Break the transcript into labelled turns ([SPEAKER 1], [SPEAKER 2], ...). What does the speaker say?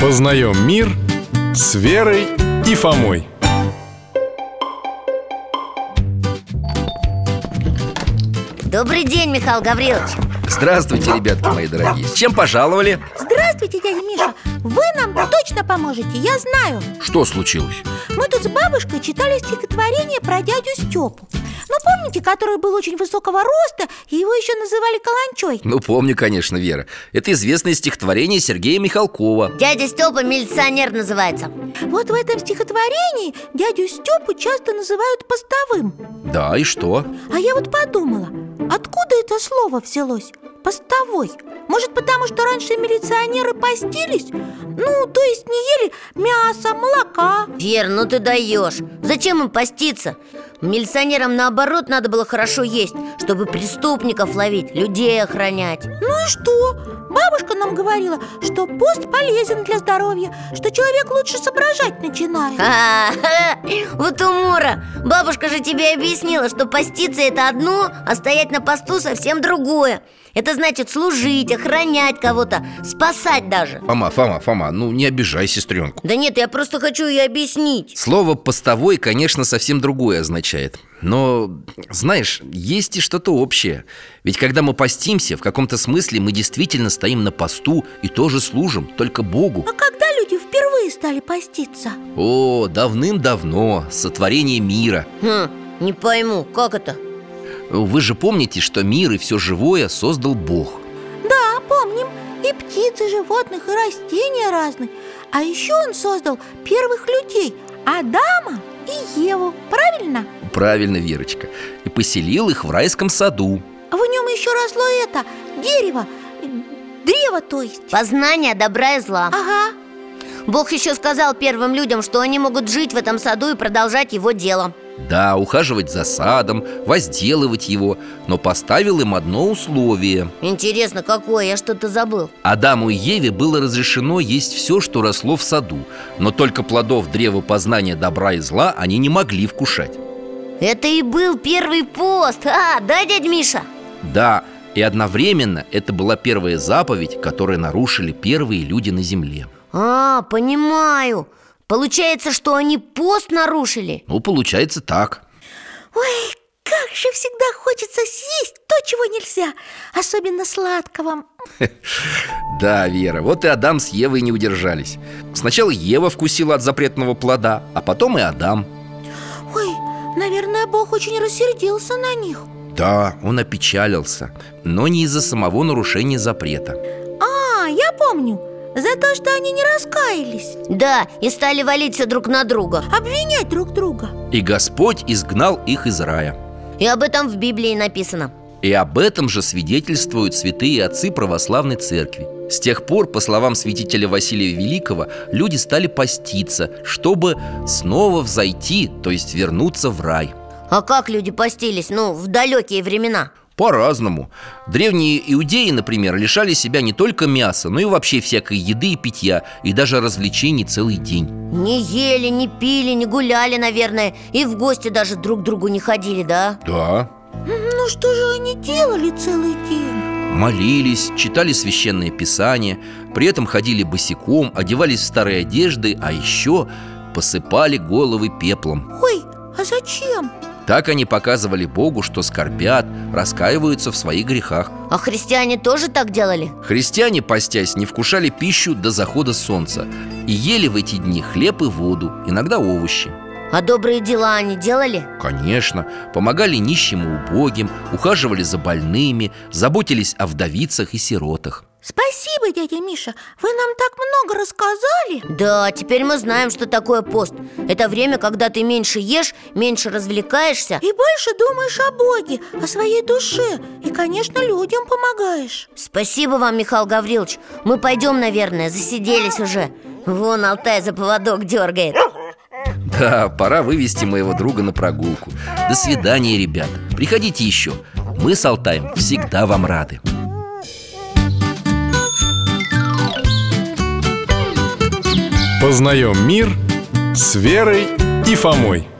[SPEAKER 1] Познаем мир с Верой и Фомой.
[SPEAKER 2] Добрый день, Михаил Гаврилович
[SPEAKER 3] Здравствуйте, ребятки мои дорогие С чем пожаловали?
[SPEAKER 4] Здравствуйте, дядя Миша Вы нам точно поможете, я знаю
[SPEAKER 3] Что случилось?
[SPEAKER 4] Мы тут с бабушкой читали стихотворение про дядю Степу Ну, помните, который был очень высокого роста И его еще называли Каланчой
[SPEAKER 3] Ну, помню, конечно, Вера Это известное стихотворение Сергея Михалкова
[SPEAKER 2] Дядя Степа милиционер называется
[SPEAKER 4] Вот в этом стихотворении дядю Степу часто называют постовым
[SPEAKER 3] Да, и что?
[SPEAKER 4] А я вот подумала, откуда это слово взялось? Постовой Может, потому что раньше милиционеры постились? Ну, то есть не ели мясо, молока
[SPEAKER 2] Вер, ну ты даешь Зачем им поститься? Милиционерам, наоборот, надо было хорошо есть Чтобы преступников ловить, людей охранять
[SPEAKER 4] Ну и что? Бабушка нам говорила, что пост полезен для здоровья Что человек лучше соображать начинает
[SPEAKER 2] А? Ха-ха, Вот умора Бабушка же тебе объяснила, что поститься это одно А стоять на посту совсем другое Это значит служить, охранять кого-то Спасать даже
[SPEAKER 3] Фома, Фома, Фома, ну не обижай сестренку
[SPEAKER 2] Да нет, я просто хочу ей объяснить
[SPEAKER 3] Слово «постовой», конечно, совсем другое означает Но, знаешь, есть и что-то общее Ведь когда мы постимся, в каком-то смысле мы действительно стоим на посту И тоже служим, только Богу
[SPEAKER 4] А когда люди впервые стали поститься?
[SPEAKER 3] О, давным-давно, сотворение мира
[SPEAKER 2] Хм, не пойму, как это?
[SPEAKER 3] Вы же помните, что мир и все живое создал Бог
[SPEAKER 4] Да, помним И птицы, животных, и растения разные А еще он создал первых людей Адама и Еву, правильно?
[SPEAKER 3] Правильно, Верочка И поселил их в райском саду
[SPEAKER 4] А в нем еще росло это, дерево э, Древо, то есть
[SPEAKER 2] Познание добра и зла
[SPEAKER 4] Ага,
[SPEAKER 2] Бог еще сказал первым людям, что они могут жить в этом саду и продолжать его дело
[SPEAKER 3] Да, ухаживать за садом, возделывать его Но поставил им одно условие
[SPEAKER 2] Интересно, какое? Я что-то забыл
[SPEAKER 3] Адаму и Еве было разрешено есть все, что росло в саду Но только плодов древа познания добра и зла они не могли вкушать
[SPEAKER 2] Это и был первый пост А, да, дядь Миша?
[SPEAKER 3] Да, и одновременно это была первая заповедь, которую нарушили первые люди на земле
[SPEAKER 2] А, понимаю Получается, что они пост нарушили?
[SPEAKER 3] Ну, получается так
[SPEAKER 4] Ой, как же всегда хочется съесть то, чего нельзя Особенно сладкого
[SPEAKER 3] Да, Вера, вот и Адам с Евой не удержались Сначала Ева вкусила от запретного плода, а потом и Адам
[SPEAKER 4] Ой, наверное, Бог очень рассердился на них
[SPEAKER 3] Да, он опечалился, но не из-за самого нарушения запрета
[SPEAKER 4] А, я помню За то, что они не раскаялись
[SPEAKER 2] Да, и стали валить все друг на друга
[SPEAKER 4] Обвинять друг друга
[SPEAKER 3] И Господь изгнал их из рая
[SPEAKER 2] И об этом в Библии написано
[SPEAKER 3] И об этом же свидетельствуют святые отцы православной церкви С тех пор, по словам святителя Василия Великого, люди стали поститься, чтобы снова взойти, то есть вернуться в рай
[SPEAKER 2] А как люди постились, ну, в далекие времена?
[SPEAKER 3] По-разному. Древние иудеи, например, лишали себя не только мяса, но и вообще всякой еды и питья, и даже развлечений целый день.
[SPEAKER 2] Не ели, не пили, не гуляли, наверное И в гости даже друг к другу не ходили, да?
[SPEAKER 3] Да.
[SPEAKER 4] Ну что же они делали целый день?
[SPEAKER 3] Молились, читали священное писание, при этом ходили босиком, одевались в старые одежды, а еще посыпали головы пеплом.
[SPEAKER 4] Ой, а зачем?
[SPEAKER 3] Так они показывали Богу, что скорбят, раскаиваются в своих грехах.
[SPEAKER 2] А христиане тоже так делали?
[SPEAKER 3] Христиане, постясь, не вкушали пищу до захода солнца и ели в эти дни хлеб и воду, иногда овощи.
[SPEAKER 2] А добрые дела они делали?
[SPEAKER 3] Конечно, помогали нищим и убогим, ухаживали за больными, заботились о вдовицах и сиротах.
[SPEAKER 4] Спасибо, дядя Миша, вы нам так много рассказали
[SPEAKER 2] Да, теперь мы знаем, что такое пост Это время, когда ты меньше ешь, меньше развлекаешься
[SPEAKER 4] И больше думаешь о Боге, о своей душе И, конечно, людям помогаешь
[SPEAKER 2] Спасибо вам, Михаил Гаврилович Мы пойдем, наверное, засиделись уже Вон Алтай за поводок дергает
[SPEAKER 3] Да, пора вывести моего друга на прогулку. До свидания, ребята. Приходите еще. Мы с Алтаем всегда вам рады.
[SPEAKER 1] Познаем мир с Верой и Фомой.